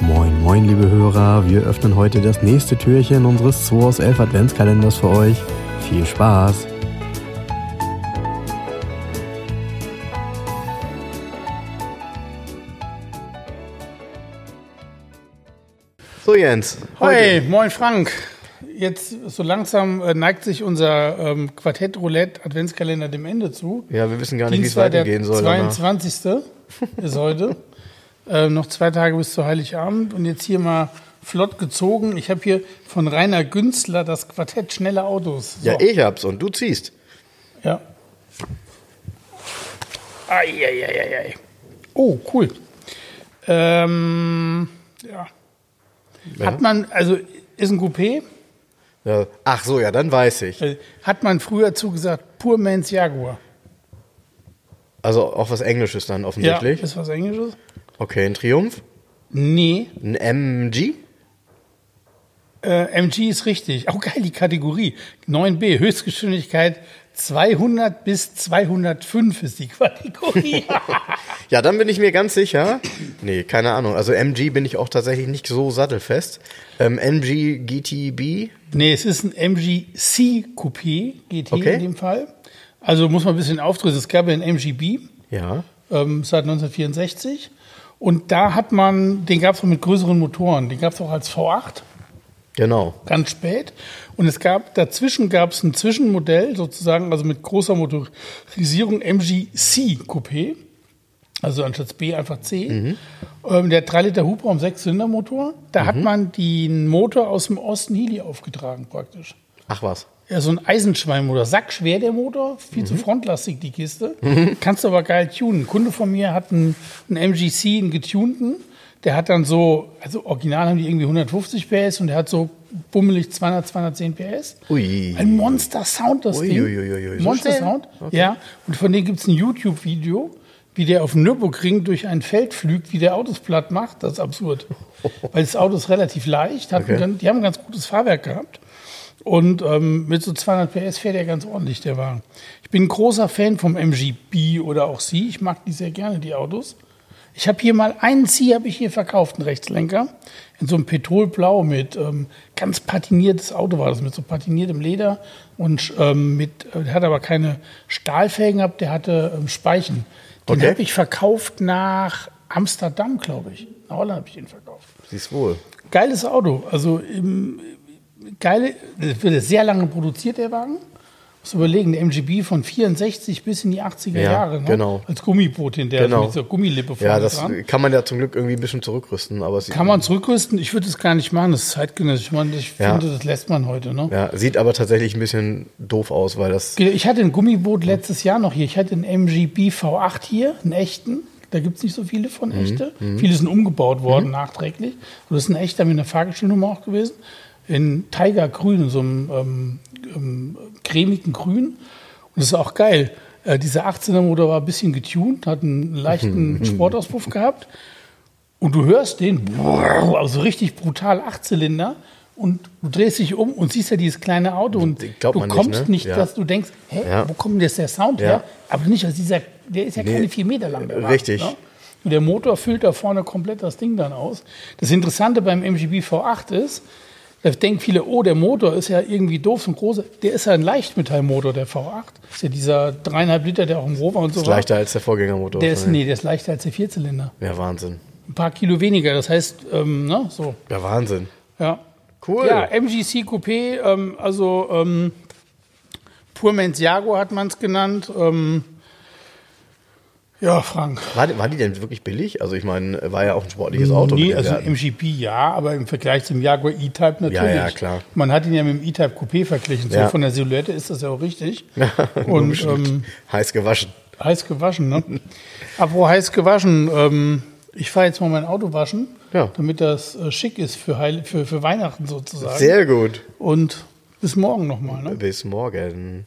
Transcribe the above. Moin, moin, liebe Hörer. Wir öffnen heute das nächste Türchen unseres 2 aus 11 Adventskalenders für euch. Viel Spaß! So, Jens. Hey, moin Frank. Jetzt so langsam äh, neigt sich unser ähm, Quartett Roulette Adventskalender dem Ende zu. Ja, wir wissen gar nicht, wie es Dienstag, der weitergehen soll. danach. 22. ist heute. Ähm, noch zwei Tage bis zu Heiligabend und jetzt hier mal flott gezogen. Ich habe hier von Rainer Günzler das Quartett Schnelle Autos. So. Ja, ich hab's und du ziehst. Ja. Eieieiei. Oh, cool. Ähm, ja. Ja. Hat man, also ist ein Coupé, Ja. Ach so, ja, dann weiß ich. äh, hat man früher zugesagt, Poor Man's Jaguar. Also auch was Englisches dann Ja, offensichtlich. ist was Englisches? Okay, ein Triumph. Nee, Ein MG. äh, MG ist richtig. Auch geil, die Kategorie. 9b, Höchstgeschwindigkeit 200 bis 205 ist die Kategorie. Ja, dann bin ich mir ganz sicher. Nee, keine Ahnung. Also MG bin ich auch tatsächlich nicht so sattelfest. Ähm, MG GTB. nee, es ist ein MGC Coupé, GT Okay. in dem Fall. Also muss man ein bisschen aufdrücken. Es gab ja ein MGB. Ja. ähm, seit 1964. Und da hat man, den gab es mit größeren Motoren, den gab es auch als V8, Genau. ganz spät. Und es gab, dazwischen gab es ein Zwischenmodell sozusagen, also mit großer Motorisierung, MGC Coupé. Also anstatt B einfach C. Ähm, der 3-Liter Hubraum, 6-Zylinder-Motor. Da hat man den Motor aus dem Osten Healy aufgetragen praktisch. Ach was. Ja, so ein Eisenschweinmotor. Sackschwer der Motor, viel Mhm. zu frontlastig die Kiste. Kannst du aber geil tunen. Ein Kunde von mir hat einen, einen MGC, einen getunten. Der hat dann so, also original haben die irgendwie 150 PS und der hat so bummelig 200, 210 PS. Ui. Ein Monster-Sound, das Ui, Ding. ui, ui, ui, so Monster-Sound, ja. Und von dem gibt es ein YouTube-Video, wie der auf dem Nürburgring durch ein Feld flügt, wie der Autos platt macht. Das ist absurd. Weil das Auto ist relativ leicht, hat Okay. ein, ganz- die haben ein ganz gutes Fahrwerk gehabt. Und ähm, mit so 200 PS fährt er ganz ordentlich, der Wagen. Ich bin ein großer Fan vom MGB oder auch Sie. Ich mag die sehr gerne, die Autos. Ich habe hier mal einen Sie habe ich hier verkauft, einen Rechtslenker. In so einem Petrolblau mit ähm, ganz patiniertes Auto war das, mit so patiniertem Leder. Und ähm, mit, äh, der hat aber keine Stahlfelgen gehabt, der hatte ähm, Speichen. Den Okay. habe ich verkauft nach Amsterdam, glaube ich. Nach Holland habe ich den verkauft. Siehst wohl. Geiles Auto. Also ähm, geile, das wurde sehr lange produziert, der Wagen. Muss überlegen, der MGB von 64 bis in die 80er Ja, Jahre. Ne? genau. Als Gummiboot hinterher, Genau. so mit so Gummilippe vorne Ja, das dran. kann man ja zum Glück irgendwie ein bisschen zurückrüsten. Aber es sieht, Kann man zurückrüsten? Ich würde es gar nicht machen, das ist zeitgenössisch. Ich, meine, ich Ja. finde, das lässt man heute. Ne? ja, sieht aber tatsächlich ein bisschen doof aus, weil das. Ich hatte ein Gummiboot letztes Jahr noch hier. Ich hatte einen MGB V8 hier, einen echten. Da gibt es nicht so viele von Mhm, echte. Viele sind umgebaut worden nachträglich. Und das ist ein echter mit einer Fahrgestellnummer auch gewesen. In Tigergrün, in so einem ähm, ähm, cremigen Grün. Und das ist auch geil. Äh, dieser 18er Motor war ein bisschen getuned, hat einen Mhm. leichten Sportauspuff gehabt. Und du hörst den, brrr, also richtig brutal, Achtzylinder. Und du drehst dich um und siehst ja dieses kleine Auto und Glaubt du man nicht, kommst ne? nicht, Ja. dass du denkst, hä, Ja. wo kommt denn jetzt der Sound Ja. her? Aber nicht aus dieser, der ist ja Nee. keine vier Meter lang. Der Wagen, Richtig. Ne? Und der Motor füllt da vorne komplett das Ding dann aus. Das Interessante beim MGB V8 ist, da denken viele, oh, der Motor ist ja irgendwie doof und groß. Der ist ja ein Leichtmetallmotor, der V8. Das ist ja dieser dreieinhalb Liter, der auch im Rover und so Ist war. leichter als der Vorgängermotor. Der ist, wahrscheinlich. nee, der ist leichter als der Vierzylinder Ja, Wahnsinn. ein paar Kilo weniger. Das heißt, ähm, ne, so, Ja, Wahnsinn. ja. Cool. Ja, MGC Coupé, ähm, also ähm, Pur Mens Jago hat man es genannt. Ähm, ja, Frank. War, die- war die denn wirklich billig? Also ich meine, war ja auch ein sportliches Auto. mit nee, der also wir ein hatten. MGP ja, aber im Vergleich zum Jaguar E-Type natürlich. ja, klar. Man hat ihn ja mit dem E-Type Coupé verglichen. So Ja. von der Silhouette ist das ja auch richtig. Logisch Und nicht. ähm, heiß gewaschen. heiß gewaschen, ne? Apropos heiß gewaschen, ähm, ich fahre jetzt mal mein Auto waschen, Ja. damit das äh, schick ist für, Heil für, für Weihnachten sozusagen. Sehr gut. Und bis morgen nochmal. Ne? Bis morgen.